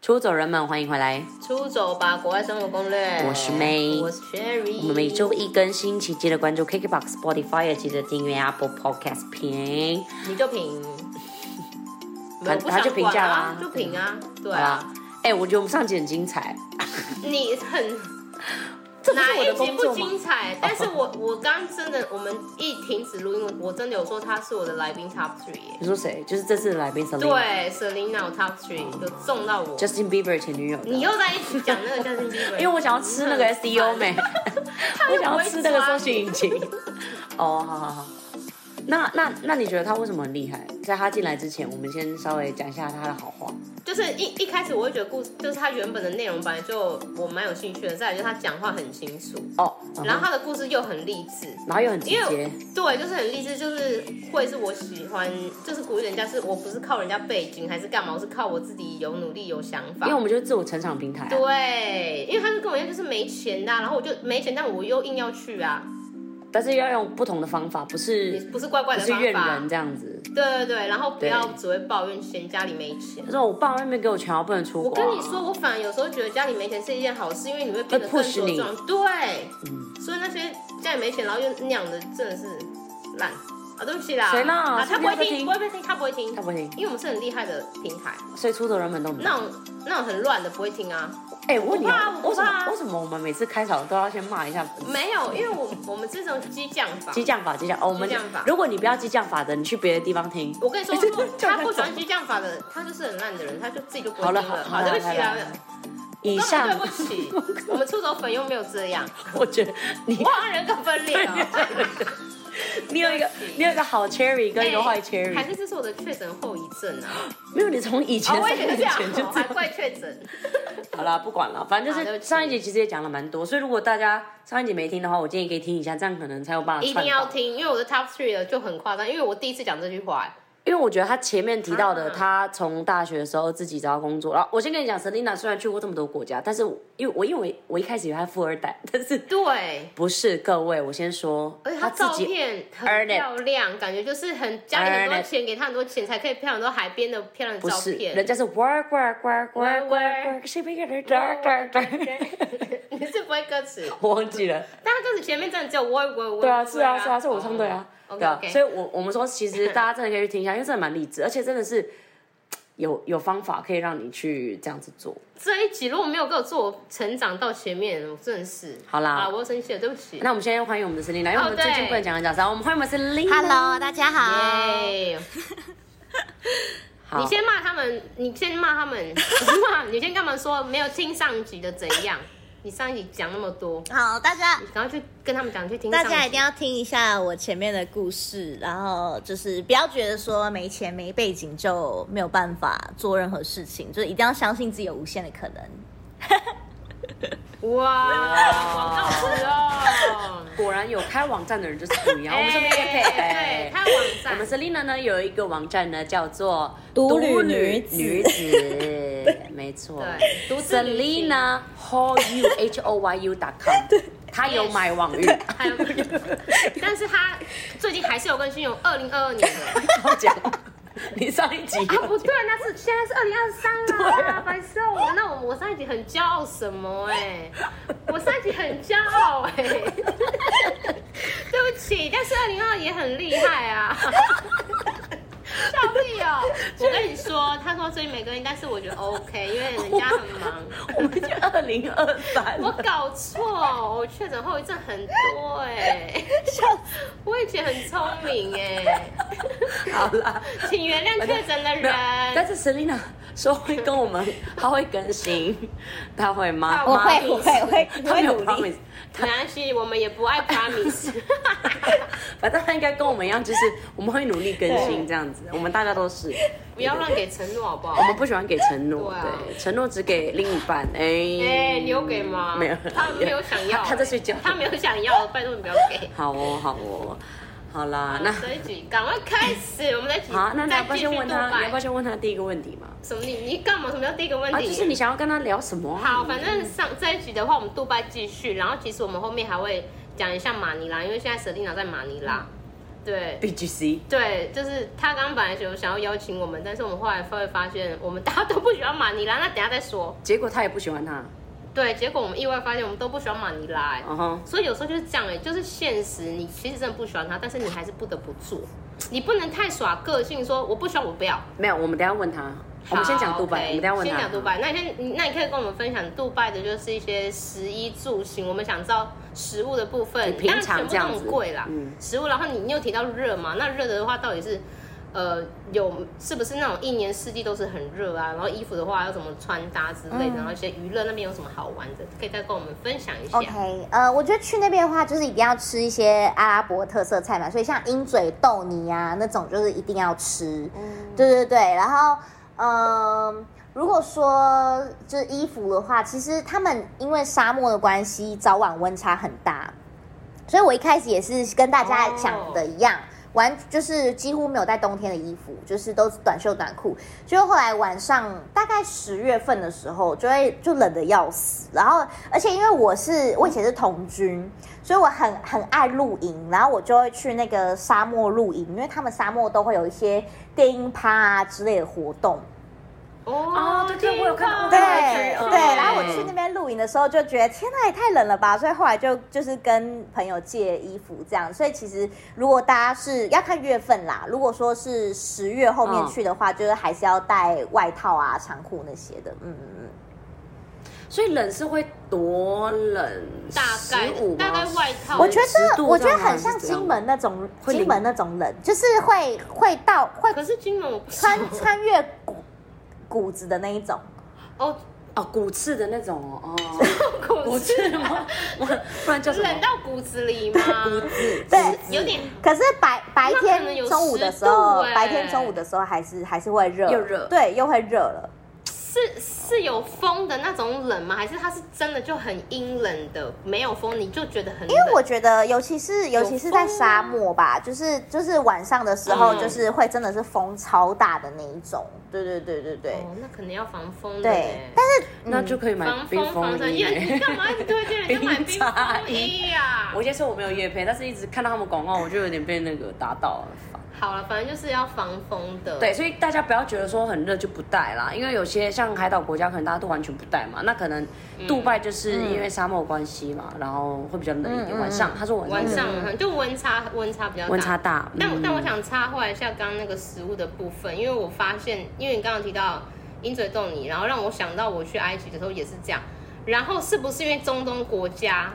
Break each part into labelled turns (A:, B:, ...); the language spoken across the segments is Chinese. A: 出走人们，欢迎回来！
B: 出走吧，国外生活攻略。
A: 我是 May
B: 我是 Cherry。
A: 我们每周一更新，请记得关注 KKBOX、Spotify，也记得订阅 Apple Podcast 评。
B: 你就评，
A: 他
B: 我不
A: 他就
B: 想
A: 评
B: 管
A: 价
B: 啊
A: 啦，
B: 就评啊，对
A: 好啦
B: 啊，，
A: 哎、我觉得我们上集很精彩，
B: 你很
A: 这不
B: 哪
A: 是我的
B: 一集
A: 工
B: 不
A: 作哦吗？
B: 精彩？但是我我刚真的，我们一停止录音，我真的有说他是我的来宾 Top Three 耶。
A: 你说谁？就是这次的来宾 Selina，
B: 对，Selina 有 Top Three 有中到我。
A: ，Justin Bieber 前女友的。
B: 你又在一起讲那个 Justin
A: 因
B: Bieber，
A: 为我想要吃那个 SEO 美，我想要吃那个搜寻引擎。哦，好好好。那那那你觉得他为什么很厉害？在他进来之前，我们先稍微讲一下他的好话。
B: 就是一一开始我会觉得故事，就是他原本的内容本来就我蛮有兴趣的，再来就是他讲话很清楚，
A: 哦，
B: 然
A: 然
B: 后
A: 后
B: 他的故事又很励志，
A: 然后又很直
B: 因
A: 接
B: 为，对，就是很励志，就是会是我喜欢，就是鼓励人家，是我不是靠人家背景还是干嘛，我是靠我自己有努力有想法
A: 因为。我们就是自我成长平台啊、
B: 对，因为他是跟我一样，就是没钱的啊、然后我就没钱，但我又硬要去啊，
A: 但是要用不同的方法，不
B: 也
A: 是
B: 不是怪怪
A: 不
B: 的
A: 是
B: 方
A: 怨
B: 法
A: 人。这样子。
B: 对对对，然后不
A: 对
B: 要只会抱怨嫌家里没钱
A: 他。说我爸那边给我钱，我不能出
B: 我
A: 国、啊
B: 跟你，说，我反而有时候觉得家里没钱是一件好事，因为你会变得
A: 会
B: 更
A: push
B: 茁
A: 你
B: 壮。对，
A: 嗯，
B: 所以那些家里没钱，然后又酿的真的是烂啊！对不起啦，
A: 谁啦
B: 啊，他
A: 是不
B: 不
A: 是
B: 会听，
A: 要
B: 不会听，他不会听，
A: 他不会听，
B: 因为我们是很厉害的平台，
A: 所以出走人们都不
B: 那种那种很乱的不会听啊。
A: 哎、我问你
B: 我怕
A: 啊，
B: 我
A: 为什
B: 怕
A: 么为什么我们每次开场都要先骂一下粉丝？
B: 没有，因为我我们这种激将法。
A: 激将法，激将哦，我们
B: 激将法
A: 如果你不要激将法的，你去别的地方听。
B: 我 跟你说，
A: 这
B: 如果
A: 这这
B: 他不喜欢激将法的，他就是很烂的人，他就自己就不会
A: 好了
B: 听
A: 好好
B: 好，
A: 了
B: 对不起啦
A: 好了，以
B: 根本
A: 上
B: 对，不起，我们出走粉又没有这样，
A: 我觉得 你
B: 我好像人格分裂哦。
A: 你有一 个你有一个好 cherry 跟一个坏
B: 哎还
A: cherry，
B: 是这是我的确诊后遗症 啊！
A: 没有你从以前
B: 哦，我
A: 三
B: 以前
A: 年
B: 是这样
A: 前就，
B: 哦还怪确 诊。
A: 好啦，不管了，反正就
B: 好对
A: 是
B: 不起
A: 上一集其实也讲了蛮多，所以如果大家上一集没听的话，我建议可以听一下，这样可能才有办法
B: 一
A: 串
B: 定要
A: 到。
B: 听，因为我的 top three 了就很夸张，因为我第一次讲这句话、哎
A: 因为我觉得他前面提到的，
B: 啊
A: 他从大学的时候自己找到工作，然后我先跟你讲，Selina 虽然去过这么多国家，但是我因为我因为我一开始以为他富二代，但是
B: 对，
A: 不是各位，我先说
B: 而且，
A: 他
B: 他
A: 自
B: 照
A: 己
B: 片很
A: earn it
B: 漂亮，感觉就是很家里很
A: Earn
B: 多
A: it
B: 钱，给他很多钱才可以漂亮很多海边的漂亮
A: 不
B: 的照
A: 是，
B: 片。
A: 人家是 work work work work
B: Work,
A: work
B: work.
A: work，谁别给人 work work work，
B: 你是不会歌词，
A: 我忘记了。
B: 但他歌词前面真的只有 work work work。
A: 对啊，是啊，是啊，是我唱对啊，对啊
B: OK，OK。
A: 所以，我我们说，其实大家真的可以去听一下，因为真的蛮励志，而且真的是有有方法可以让你去这样子做。
B: 这一集如果没有给我做我成长到前面，我真的是
A: 好啦
B: 啊，我又生气了，对不起。
A: 那我们现在欢迎我们的 Selina，因为
B: 哦
A: 我们最近
B: 对
A: 不能讲人讲啥，我们欢迎我们 Selina。
C: Hello，大家好。
B: 耶
A: 好
B: 你，先骂他们，你先骂他们，骂你先干嘛说没有听上集的怎样？你上一集讲那么多，
C: 好，大家
B: 然后去跟他们讲去听
C: 大
B: 上
C: 家一
B: 集。
C: 定要听一下我前面的故事，然后就是不要觉得说没钱没背景就没有办法做任何事情，就是一定要相信自己有无限的可能。
B: 哇，广告词 哦！
A: 果然有开网站的人就是不一 样，我们是不是
B: 哎对，
A: 配？
B: 他网
A: 我们
B: 站
A: Selina 呢有一个网站呢叫做
C: 独旅
A: 独
C: 女子
A: 女子，没错，
B: 对独自旅行
A: Selina How You H O Y U dot com，她有买网域，
B: 还有，但是他最近还是有更新，有二零二二年的
A: 我讲， 你上一集
B: 啊，不对，那是现在是二零二三啊，白瘦了。那我我上一集很骄傲什么？哎，我上一集很骄傲 哎，对不起，但是二零二也很厉害啊。笑屁哦！我跟你说，他说最近没更新，但是我觉得 OK，因为人家很忙。
A: 我们就二零二三
B: 我
A: 了。
B: 搞错，我确诊后遗症很多哎、 我以前很聪明哎、
A: 好啦，
B: 请原谅确诊的
A: 没有但
B: 人。
A: 是 Selina 说会跟我们，她会更 新，她会吗？
B: 我会
A: 妈
C: 我会我会
A: 她没
C: 我
A: 有
C: 会努力
A: promise，
B: 没关系，我们也不爱 promise。
A: 反正她应该跟我们一样，就是我们会努力更新这样子，我们大家都是。
B: 不要乱给承诺好不好
A: 我？们不喜欢给承诺，
B: 对啊
A: 对，承诺只给另一半。哎、
B: 哎、你有给吗？
A: 没有
B: 他没有想要、
A: 他他在睡觉
B: 他没有想要，拜托你不要给。
A: 好哦，好哦，好啦，那
B: 这一局赶快开 始，我们再一起
A: 好，那你要
B: 再
A: 不要
B: 继续
A: 先问他？
B: 独白
A: 你要不要先问他第一个问题嘛？
B: 什么你？你干嘛？什么叫第一个问题？
A: 啊，就是你想要跟他聊什么、啊？
B: 好，反正上这一集的话，我们杜拜继续，然后其实我们后面还会讲一下马尼拉，因为现在舍蒂娜在马尼拉，
A: 嗯
B: 对
A: BGC，
B: 对，就是他刚刚本来有想要邀请我们，但是我们后来会发现，我们大家都不喜欢马尼拉，那等一下再说。
A: 结果他也不喜欢他，
B: 对，结果我们意外发现，我们都不喜欢马尼拉、哎
A: 嗯哼，
B: 所以有时候就是这样哎、就是现实，你其实真的不喜欢他，但是你还是不得不做，你不能太耍个性，说我不喜欢我不要。
A: 没有，我们等一下问他，我们先讲杜拜，
B: 好
A: 我们等一下问
B: 先
A: 他，
B: 讲杜拜。那先，那你可以跟我们分享杜拜的，就是一些食衣住行，我们想知道食物的部分
A: 就，平常
B: 当然
A: 这
B: 全
A: 样
B: 部
A: 子
B: 都很贵啦。
A: 嗯
B: 食物，然后你你有提到热嘛？那热的话，到底是呃有是不是那种一年四季都是很热啊？然后衣服的话要怎么穿搭之类的，
C: 嗯
B: 然后一些娱乐那边有什么好玩的，可以再跟我们分享一下。
C: OK，呃，我觉得去那边的话，就是一定要吃一些阿拉伯特色菜嘛，所以像鹰嘴豆泥啊那种，就是一定要吃。对对对，然后，嗯、如果说就是衣服的话，其实他们因为沙漠的关系，早晚温差很大，所以我一开始也是跟大家想的一样。完就是几乎没有带冬天的衣服，就是都是短袖短裤。就后来晚上大概十月份的时候，就会就冷的要死。然后，而且因为我是我以前是童军，所以我很很爱露营，然后我就会去那个沙漠露营，因为他们沙漠都会有一些电音趴啊之类的活动。
A: 哦对对
B: 听
A: 我有看到
B: 过
A: 对
C: 对
A: 嗯
C: 对，然后我去那边露营的时候就觉得天呐，也太冷了吧，所以后来就就是跟朋友借衣服这样。所以其实如果大家是要看月份啦，如果说是十月后面
A: 嗯
C: 去的话，就是还是要带外套啊、长裤那些的。嗯嗯
A: 所以冷是会多冷，
B: 大概
A: 15吗
B: 大概外套
C: 嗯，我觉
A: 10
C: 得
A: 度
C: 我觉得
A: 这样吗
C: 很像金门那种
A: 会淋
C: 金门那种冷，就是会会到会
B: 可是金门我不喜欢
C: 穿穿越骨骨子的那一种。
B: 哦，
A: 哦，骨刺的那种哦，哦
B: 骨
A: 骨
B: 子
A: 刺 吗？我不然叫什么？
B: 冷到骨子里吗？
A: 骨刺，
C: 对
A: 骨刺
B: 有点
C: 可是白白
B: 那可能有
C: 天中午的时候，
B: 10度欸
C: 白天中午的时候还是还是会热，
A: 又热
C: 对，又会热了。
B: 是是有风的那种冷吗？还是它是真的就很阴冷的，没有风你就觉得很冷？
C: 因为我觉得，尤其是尤其是在
B: 风啊
C: 沙漠吧，就是就是晚上的时候，
B: 嗯
C: 就是会真的是风超大的那一种。对对对对对。
B: 哦，那可能要防风的
C: 对
B: 耶，，
C: 但是
A: 那就可以买
B: 嗯防
A: 冰
B: 风防
A: 风
B: 晒
A: 衣
B: 衣，你
A: 耶。
B: 干嘛一直推荐人家买
A: 冰
B: 冰
A: 茶
B: 风衣啊呀、
A: 我先说我没有夜配，但是一直看到他们广告，我就有点被那个打到了。
B: 好了，反正就是要防风的。
A: 对，，所以大家不要觉得说很热就不带啦，因为有些像海岛国家可能大家都完全不带嘛，那可能
B: 嗯
A: 杜拜就是因为沙漠关系嘛，然后会比较冷一点。
C: 嗯嗯
A: 晚上他说晚
B: 晚
A: 上
B: 上就温差温差比较大。
A: 温差大，
B: 但我
A: 嗯
B: 但我想插话一下刚刚那个食物的部分，因为我发现，因为你刚刚提到鹰嘴豆泥，然后让我想到我去埃及的时候也是这样。然后是不是因为中东国家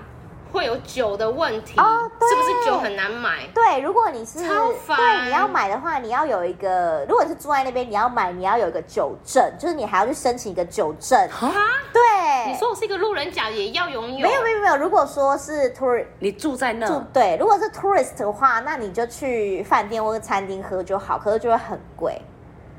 B: 会有酒的问题？
C: 哦对
B: 是不是酒很难买？
C: 对，如果你是
B: 超烦
C: 对你要买的话，你要有一个，如果你是住在那边，你要买，你要有一个酒证，就是你还要去申请一个酒证。
A: 啊，
C: 对，
B: 你说我是一个路人甲也要拥有？
C: 没有没有没有，如果说是 tour
A: 你住在那
C: 住对，如果是 tourist 的话，那你就去饭店或者餐厅喝就好，可是就会很贵。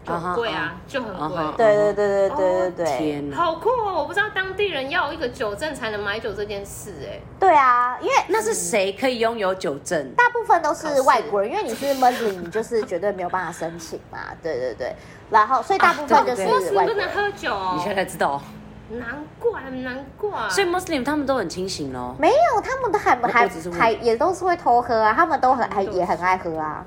B: 就很贵啊，就很贵。
A: 啊哈
C: 对对对对对对对对，
A: 天哪，
B: 好酷哦！我不知道当地人要有一个酒证才能买酒这件事、哎，
C: 对啊，因为
A: 那是谁可以拥有酒证？
C: 大部分都
B: 考
C: 是
B: 试
C: 外国人，因为你是 Muslim，你就是绝对没有办法申请嘛。对对对，然后所以大部分就
A: 啊对
C: 是
A: 对
B: 穆斯
C: 外
B: 林
C: 国
B: 不
C: 人
B: 能，喝酒、
A: 你现在才知道哦，
B: 难怪难怪。
A: 所以 Muslim 他们都很清醒喽。
C: 没有，他们都还
A: 我
C: 还
A: 只是问
C: 还也都是会偷喝啊，他们都很还
B: 都
C: 也很爱喝啊。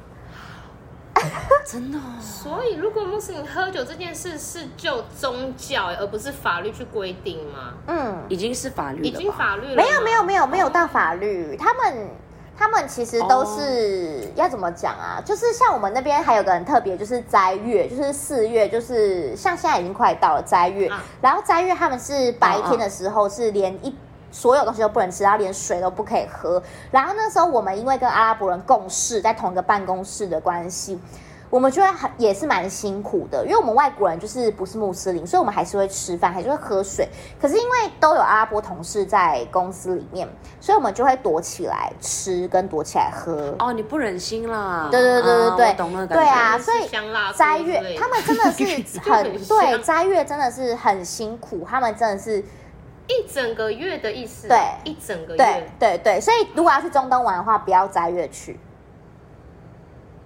A: 真的哦，
B: 所以，如果穆斯林喝酒这件事是就宗教而不是法律去规定吗？
C: 嗯，
A: 已经是法律
B: 已
A: 了吧，
B: 经法律了吗，
C: 没有没有没有没有到法律，他们他们其实都是、
B: 哦
C: 要怎么讲啊？就是像我们那边还有个很特别，就是斋月，就是四月，就是像现在已经快到了斋月，
B: 啊
C: 然后斋月他们是白天的时候是连一。所有东西都不能吃，然后连水都不可以喝。然后那时候我们因为跟阿拉伯人共事，在同一个办公室的关系，我们就会很也是蛮辛苦的，因为我们外国人就是不是穆斯林，所以我们还是会吃饭，还是会喝水。可是因为都有阿拉伯同事在公司里面，所以我们就会躲起来吃，跟躲起来喝。
A: 哦，你不忍心啦。
C: 对对对对
A: 啊
C: 对
A: 我懂那个感觉。
C: 对啊
B: 就是
C: 所以
B: 香辣锅
C: 斋
B: 之类
C: 月，
B: 的
C: 他们真的是很
B: 很 香
C: 对斋月真的是很辛苦，他们真的是
B: 一整个月的意思，
C: 对
B: 一整个
C: 对
B: 月，
C: 对对，所以如果要去中东玩的话，不要斋月去，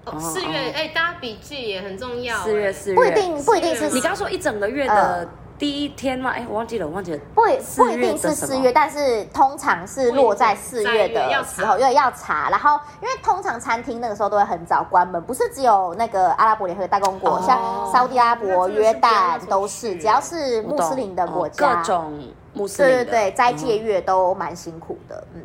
B: 哦
A: 哦
B: 四月，
A: 哦
B: 哎，大家笔记也很重要，
A: 四月
B: 哎
A: 四月，
C: 不一定不一定呃
B: 四
C: 是
B: 月吗
A: 你刚刚说一整个月的第一天吗？哎、我忘记了，我忘记了。
C: 不不一
A: 四月
C: 定
A: 的
C: 是
A: 什
C: 四
A: 么
C: 月，但是通常是落在四月
B: 三月要
C: 的
B: 查
C: 时候，因为要查。然后，因为通常餐厅那个时候都会很早关门，不是只有那个阿拉伯联合大公国，
A: 哦
C: 像沙地阿拉伯、
B: 那真的
C: 约
B: 是不要那
C: 旦
B: 时候
C: 都是，
B: 去
C: 只要是
A: 我
C: 穆
A: 懂
C: 斯林的国
A: 哦
C: 家，
A: 各种穆斯林
C: 对对
A: 的
C: 对，斋戒
A: 嗯
C: 月都蛮辛苦的，嗯，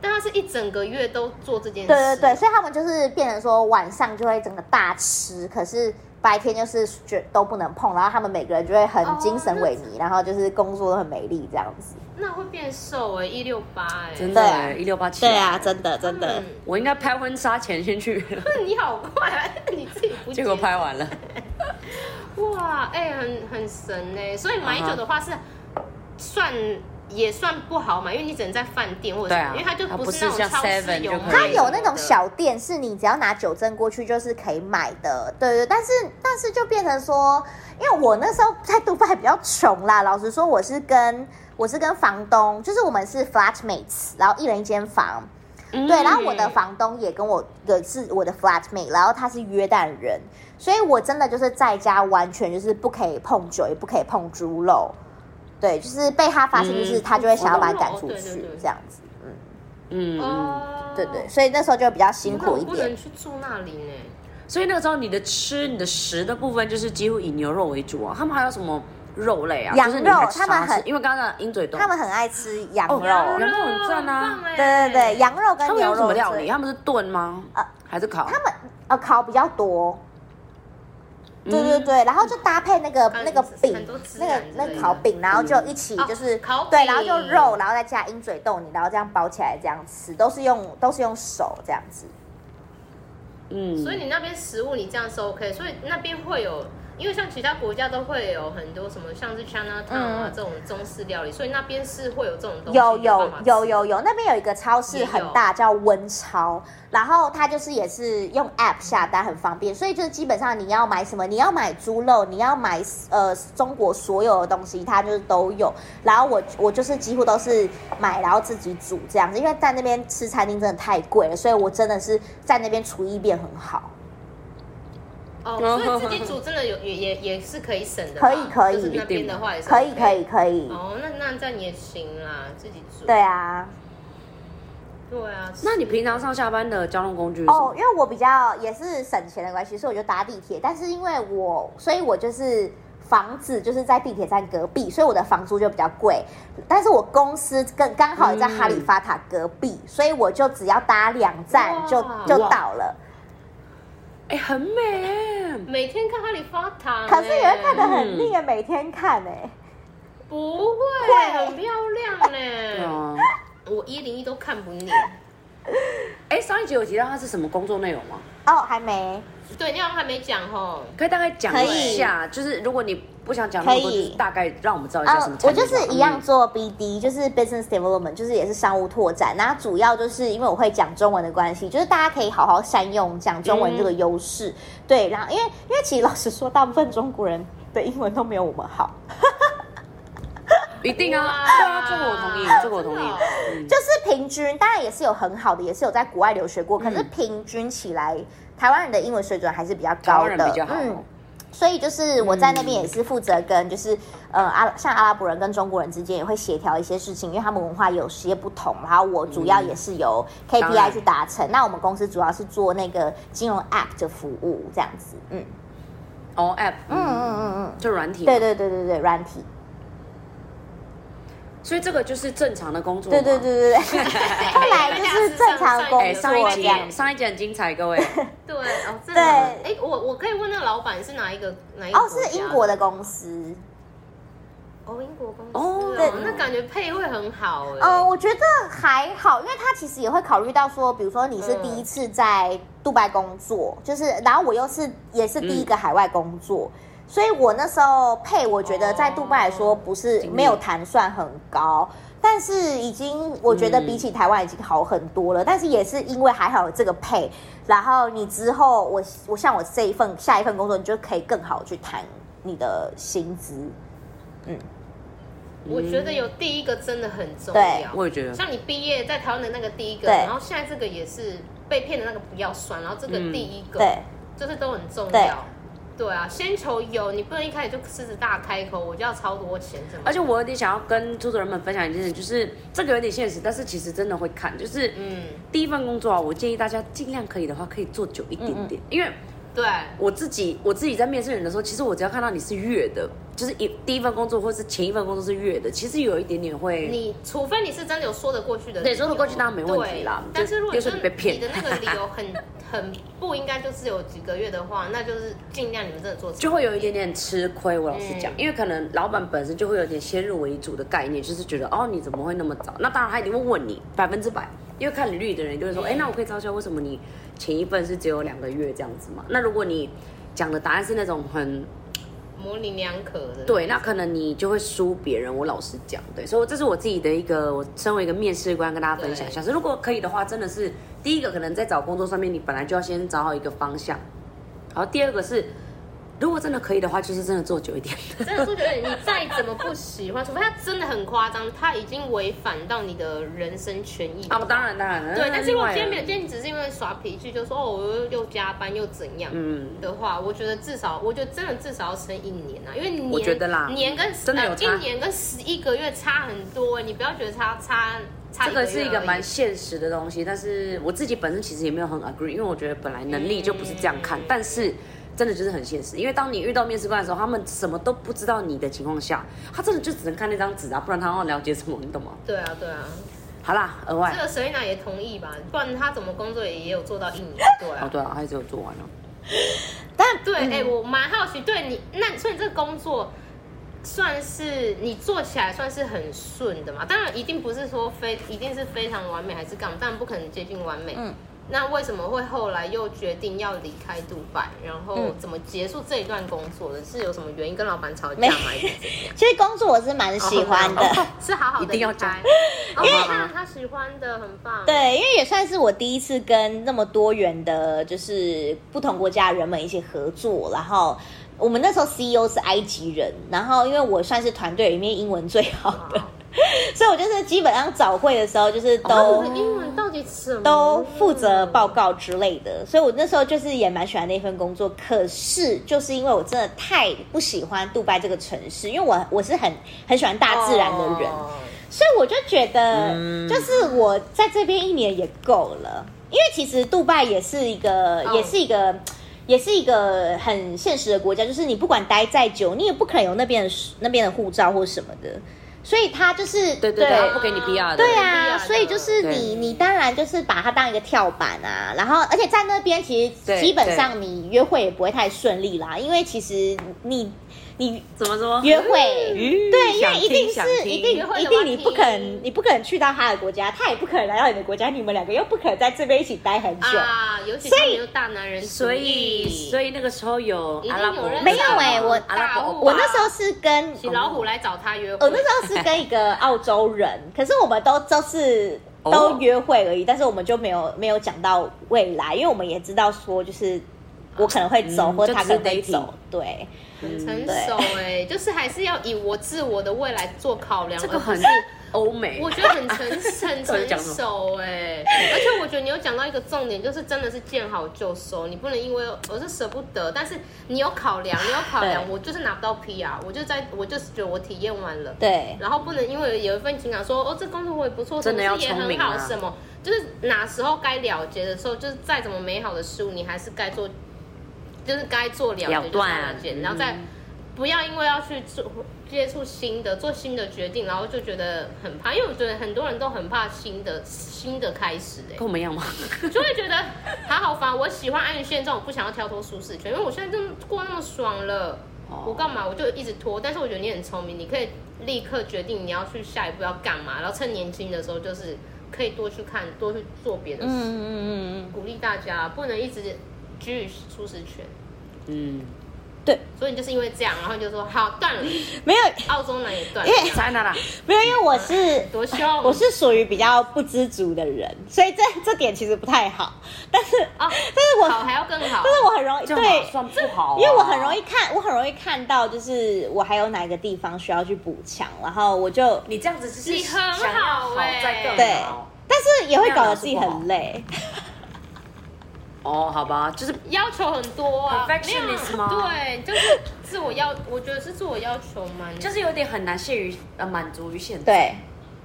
B: 但他是一整个月都做这件事，
C: 对对对，，所以他们就是变成说晚上就会整个大吃，可是。白天就是觉都不能碰，然后他们每个人就会
B: 哦
C: 很精神萎靡，然后就是工作都很没力这样子。
B: 那会变瘦哎、1一六八哎，
A: 真
C: 对啊
A: 的一六八七。
C: 真的真
B: 嗯，
A: 我应该拍婚纱前先去，
B: 你好快、 啊，你自己不 接
A: 结果拍完了。
B: 哇，哎、很很神哎、所以买酒的话是算。也算不好嘛，因为你只能在饭店或者
A: 对
B: 什
A: 啊
B: 么，因为它就
A: 它不
B: 不
A: 是
B: 是那种
A: 像
B: 超
A: 7-Eleven
B: 市有
A: 就
B: 卖
A: 可以
B: 的，
C: 它有那种小店，是你只要拿酒证过去就是可以买的，对对。但是但是就变成说，因为我那时候在杜拜比较穷啦，老实说，我是跟我是跟房东，就是我们是 flatmates，然后一人一间房。
B: 嗯
C: 对，然后我的房东也跟我也是我的 flatmate，然后他是约旦人，所以我真的就是在家完全就是不可以碰酒，也不可以碰猪肉。对，就是被他发现，就是
A: 嗯
C: 他就会想要把你
B: 猪肉
C: 赶出
B: 哦对对
C: 去
B: 对
C: 这样子。嗯，
A: 嗯，嗯
B: 哦，
C: 对对，所以那时候就比较辛
B: 那
C: 苦
B: 我
C: 一
B: 不
C: 点
B: 能。去住那里呢。
A: 所以那个时候你的吃、你的食的部分就是几乎以牛肉为主啊。他们还有什么肉类啊？
C: 羊
A: 就是你还
C: 肉他们
A: 常吃
C: 很
A: 因为刚刚鹰嘴豆，
C: 他们很爱吃羊
A: 哦
C: 肉，
A: 羊肉很赞啊
B: 很棒哎
C: 对对对，羊肉跟
A: 他们
C: 牛
A: 用什
C: 肉
A: 么料理？
C: 最
A: 他们是炖吗？
C: 呃
A: 还是烤？
C: 他们呃烤比较多，
A: 嗯
C: 对对对，然后就搭配那个
B: 嗯
C: 那个
B: 很
C: 饼
B: 多，孜然
C: 那个
B: 之类的
C: 那个烤
A: 嗯
C: 饼，然后就一起
B: 哦
C: 就是
B: 烤饼
C: 对，然后就肉，然后再加鹰嘴豆泥，然后这样包起来这样吃，都是用都是用手这样子。
A: 嗯，
B: 所以你那边食物你这样是 OK，所以那边会有，因为像其他国家都会有很多什么像是 China Town 啊、
C: 嗯
B: 这种中式料理，所以那边是会有这种东西
C: 有
B: 没办
C: 有
B: 法吃
C: 有有有，那边有一个超市
B: 也
C: 很
B: 有
C: 大，叫温超，然后它就是也是用 App 下单，很方便。所以就是基本上你要买什么，你要买猪肉，你要买呃中国所有的东西，它就是都有。然后我我就是几乎都是买，然后自己煮这样子，因为在那边吃餐厅真的太贵了，所以我真的是在那边厨艺变很好。
B: 哦，所以自己煮真的有也也也是可以省的吧，
C: 可以可以
B: 就是那边的话也是
C: 可以可
B: OK
C: 以可以，
B: 哦，那那这样也行啦，自己煮。
C: 对啊。
B: 对啊，
A: 那你平常上下班的交通工具是什么
C: 哦，因为我比较也是省钱的关系，所以我就搭地铁。但是因为我，所以我就是房子就是在地铁站隔壁，所以我的房租就比较贵。但是我公司更刚好也在哈利法塔隔壁，
A: 嗯
C: 所以我就只要搭两站
B: 哇
C: 就就到了。
A: 哎、很美欸
B: 每天看哈利法塔呢，
C: 可是也会看得很
A: 嗯
C: 腻，每天看哎、
B: 不会
C: 会
B: 很漂亮
A: 对
B: 呢。
A: 啊。
B: 我一零一都看不腻。
A: 哎、上一集有提到它是什么工作内容吗？
C: 哦，还没，
B: 对，你好像还没讲吼。
A: 可以大概讲
C: 可
A: 一
C: 以
A: 下，就是如果你不想讲那么多，
C: 可以
A: 就是大概让我们知道一下
C: 啊
A: 什么，产品
C: 我
A: 嗯
C: 就
A: 吧。
C: 是一样做 BD，就是 business development，就是也是商务拓展。那主要就是因为我会讲中文的关系，就是大家可以好好善用讲中文这
A: 嗯
C: 个优势。对，然后因为因为其实老实说，大部分中国人的英文都没有我们好，
A: 嗯，一定啊，
B: 哇
A: 对啊，这个我同意，这个我同
B: 真
A: 意
B: 的哦。
A: 嗯
C: 就是平均，当然也是有很好的，也是有在国外留学过，可是平均起来，台湾人的英文水准还是比较
A: 台
C: 高
A: 湾人
C: 的嗯
A: 比较。好，
C: 所以就是我在那边也是负责跟就是、呃阿像阿拉伯人跟中国人之间也会协调一些事情，因为他们文化有些不同。然后我主要也是由
A: 当然
C: KPI 去达成。那我们公司主要是做那个金融 App 的服务这样子。嗯
A: 哦，app，
C: 嗯嗯
A: 嗯，
C: 嗯嗯，
A: 就软体，
C: 对，对对对对，软体。
A: 所以这个就是正常的工作，
C: 对对。对对对。嗯后来就是正常工
A: 哎，
C: 作
A: 上一
C: 这
A: 集
C: 样。
A: 上一集很精彩，各 位。
B: 对哦，真
C: 对
B: 的。哎，我我可以问那个老板是哪一个哪一个？
C: 哦，是英国。的公司。
B: 哦，英国公司
A: 哦
B: 哦，
A: 对
B: 那感觉配会很好哎。
C: 嗯，我觉得还好，因为他其实也会考虑到说，比如说你是第一次在杜拜工作，就是然后我又是也是第一个海外工作，所以我那时候配，我觉得在杜拜来说不是
A: 经历
C: 没有谈算很高。但是已经，我觉得
A: 嗯
C: 比起台湾已经好很多了。但是也是因为还好有这个配，然后你之后我我像我这一份下一份工作，你就可以更好去谈你的薪资。
B: 我觉得有第一个真的很重
C: 对
B: 要。
A: 我也觉
C: 嗯
A: 得
B: 像你毕业在台湾的那个第一个，
C: 对
B: 然后现在这个也是被骗的那个不要算，然后这个
A: 嗯
B: 第一个，
C: 对，
B: 就是都很重
C: 对
B: 要。对啊，先求有，你不能一开始就狮子大开口，我就要超多钱什么的。
A: 而且我有点想要跟出走人们分享一件事，就是这个有点现实，但是其实真的会看，就是
C: 呃
B: 嗯，
A: 第一份工作啊，我建议大家尽量可以的话，可以做久一点
C: 嗯
A: 点，因为
B: 对，
A: 我自己我自己在面试人的时候，其实我只要看到你是月的，就是一第一份工作或是前一份工作是月的，其实有一点点会。
B: 你除非你是真的有说得过去的理
A: 对
B: 由，
A: 说得过去当然没问题啦
B: 对
A: 就
B: 但是如果
A: 就
B: 你
A: 是
B: 真的
A: 被骗
B: 你的那个理由很 很不应该，就是有几个月的话，那就是尽量你们真的做成。
A: 就会有一点点吃亏，我老实讲，
B: 嗯
A: 因为可能老板本身就会有点先入为主的概念，就是觉得哦你怎么会那么早？那当然他一定会问你百分之百，因为看履历的人就会说，
B: 嗯
A: 哎、那我可以招销，为什么你前一份是只有两个月这样子嘛？那如果你讲的答案是那种很
B: 模棱两可的。
A: 对，那可能你就会输别人。我老实讲，对，所以这是我自己的一个，我身为一个面试官跟大家分享一下。是如果可以的话，真的是第一个，可能在找工作上面，你本来就要先找好一个方向。然后第二个是，如果真的可以的话，就是真的做久一点。
B: 真的说觉得你再怎么不喜欢，除非他真的很夸张，他已经违反到你的人身权益。
A: 哦，当然当然了。
B: 对，但是如果
A: 那
B: 今
A: 另外啊
B: 天没有，
A: 了
B: 今天你只是因为耍脾气，就说哦，我又又加班又怎样
A: 嗯，
B: 的话，我觉得至少，我觉得真的至少要撑一年啊，因为年
A: 我觉得啦
B: 年跟
A: 真的有
B: 呃
A: 差
B: 一年跟十一个月差很多，欸你不要觉得差差差
A: 这个是一个
B: 而已
A: 蛮现实的东西，但是我自己本身其实也没有很 agree，因为我觉得本来能力就不是这样看，但是真的就是很现实，因为当你遇到面试官的时候，他们什么都不知道你的情况下，他真的就只能看那张纸啊，不然他要了解什么，你懂吗？
B: 对啊对啊，
A: 好啦，额外
B: 这个 Selina 也同意吧，不然他怎么工作也也有做到一年，对啊
A: 哦，对啊，他只有做完了，
B: 对，
C: 嗯
B: 哎、我蛮好奇，对你，那所以这个工作算是你做起来算是很顺的嘛？当然，一定不是说非一定是非常完美还是干嘛，当然不可能接近完美。
C: 嗯
B: 那为什么会后来又决定要离开杜拜？然后
C: 嗯
B: 怎么结束这一段工作的？是有什么原因跟老板吵架
C: 没
B: 吗？ 还是怎样
C: 其实工作我是蛮喜欢的，
B: 哦 是好好的
A: 一定要
B: 离开
A: 讲，
B: 哦
A: 因为
B: 你看他喜欢的很棒。
C: 对，因为也算是我第一次跟那么多元的，就是不同国家的人们一起合作。然后我们那时候 CEO 是埃及人，然后因为我算是团队里面英文最好
B: 哇，
C: 的，所以我就是基本上早会的时候就是都、
B: 他们的英文到底什么？
C: 都负责报告之类的，所以我那时候就是也蛮喜欢那份工作。可是就是因为我真的太不喜欢杜拜这个城市，因为我我是很很喜欢大自然的人，
B: 哦
C: 所以我就觉得，
A: 嗯
C: 就是我在这边一年也够了，因为其实杜拜也是一个，
B: 哦
C: 也是一个。也是一个很现实的国家，就是你不管待再久，你也不可能有那边的那边的护照或什么的，所以他就是
A: 对对对，他不给你 PR 的，
C: 对
B: 利
C: 啊，
B: 啊
C: 所以就是
A: 对
C: 你，你当然就是把它当一个跳板啊，然后而且在那边其实
A: 对
C: 基本上你约会也不会太顺利啦，因为其实你你
A: 怎么说？
C: 约会。
A: 哦嗯
C: 对，因
A: 想
C: 为
A: 听
C: 一定
A: 想
C: 是
A: 听
C: 一定
B: 约会
C: 一
B: 的话
C: 定，你不可能你不可能去到他的国家，他也不可能来到你的国家，你们两个又不可能在这边一起待很久。
B: 啊，尤其他没有大男人主义，
A: 所以所以那个时候有
B: 一定
A: 阿拉伯
B: 有认识
C: 没有欸我
A: 阿拉伯欧巴
C: 我那时候是跟
B: 起老虎来找他约会，
C: 哦我那时候是跟一个澳洲人， 可是我们都都是
A: 哦
C: 都约会而已，但是我们就没有没有讲到未来，因为我们也知道说就是我可能会走，
A: 嗯
C: 或者他可能
A: 就
C: 会
A: 只是 dating
C: 走，对
B: 很成熟
A: 嗯
B: 哎、就是还是要以我自我的未来做考量，
A: 这个
B: 而
A: 很
B: 不是
A: 欧美，
B: 我觉得很成很
A: 到底
B: 成
A: 讲什么
B: 熟 哎、而且我觉得你有讲到一个重点，就是真的是见好就收，你不能因为我是舍不得，但是你有考量，你有考量，
C: 对
B: 我就是拿不到 PR，我就在我就是觉得我体验完了。
C: 对
B: 然后不能因为有一份情感说哦，这工作我也不错，
A: 真的要
B: 同事也
A: 聪
B: 很
A: 明
B: 好，
A: 啊
B: 什么就是哪时候该了结的时候，就是再怎么美好的事物，你还是该做，就是该做了
A: 了
B: 解就
A: 断
B: 了解，
A: 嗯
B: 然后再不要因为要去做接触新的做新的决定，然后就觉得很怕，因为我觉得很多人都很怕新的新的开始、欸，
A: 跟我们一样吗？
B: 就会觉得 好好烦。我喜欢安于现状，我不想要跳脱舒适圈，因为我现在真的过那么爽了，
A: 哦
B: 我干嘛我就一直拖。但是我觉得你很聪明，你可以立刻决定你要去下一步要干嘛，然后趁年轻的时候就是可以多去看，多去做别的
C: 嗯
B: 事。
C: 嗯嗯嗯，
B: 鼓励大家不能一直居于舒适圈。
A: 嗯，
C: 对，
B: 所以你就是因为这样，然后你就说好断了，
C: 没有
B: 澳洲男也断 了
C: 因，
A: 在哪啦？
C: 没有，因为我是
B: 多凶！
C: 我是属于比较不知足的人，所以这这点其实不太好，但是
B: 啊，
C: 但是我
B: 好还要更好
C: 但，是我很容易
A: 这样
C: 对
A: 好。算不好啊，
C: 因为我很容易看，我很容易看到，就是我还有哪个地方需要去补强，然后我就
A: 你这样子就是
B: 你很好
A: 想要好
B: 欸
A: 再更
C: 对
A: 好，
C: 但是也会搞得自己很累。
A: 哦哦，好吧，就是
B: 要求很多啊
A: Perfectionist 吗
B: 对，就是自我要，我觉得是自我要求蛮。
A: 就是有点很难限于呃满足于现在。
C: 对，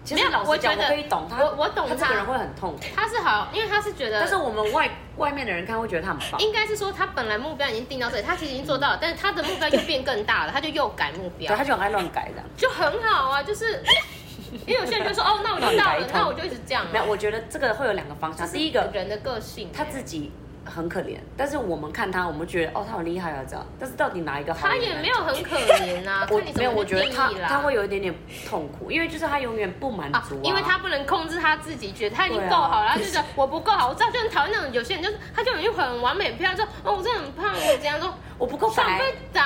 A: 其实老
B: 没
A: 实讲，
B: 有我觉
A: 我
B: 得
A: 可以懂他，
B: 我我懂
A: 他这
B: 他
A: 个人会很痛苦，
B: 他是好，因为他是觉得，
A: 但是我们外外面的人看会觉得他很棒。
B: 应该是说他本来目标已经定到这里，他其实已经做到了，但是他的目标又变更大了，他就又改目
A: 对，
B: 标，
A: 他就很爱乱改这样。
B: 就很好啊，就是。因为有些人就说哦，那我就到
A: 乱改
B: 了
A: 一，通
B: 那我就一直这样啊。
A: 没有，我觉得这个会有两个方向。第一个，
B: 人的个性，
A: 他自己很可怜，但是我们看他，我们觉得哦，他很厉害啊这样。但是到底哪一个好？
B: 他也没有很可怜啊，
A: 我
B: 看你怎
A: 没有，
B: 么
A: 我
B: 去
A: 觉
B: 定
A: 得他
B: 义啦。
A: 他会有一点点痛苦，因为就是他永远不满
B: 啊
A: 足、啊，
B: 因为他不能控制他自己，觉得他已经
A: 对啊
B: 够好了，他就觉得我不够好。我知道，就很讨厌那种有些人，就是他就很很完美很漂亮，说哦我真的很胖，我怎样 说
A: 我不够
B: 上
A: 白，
B: 被打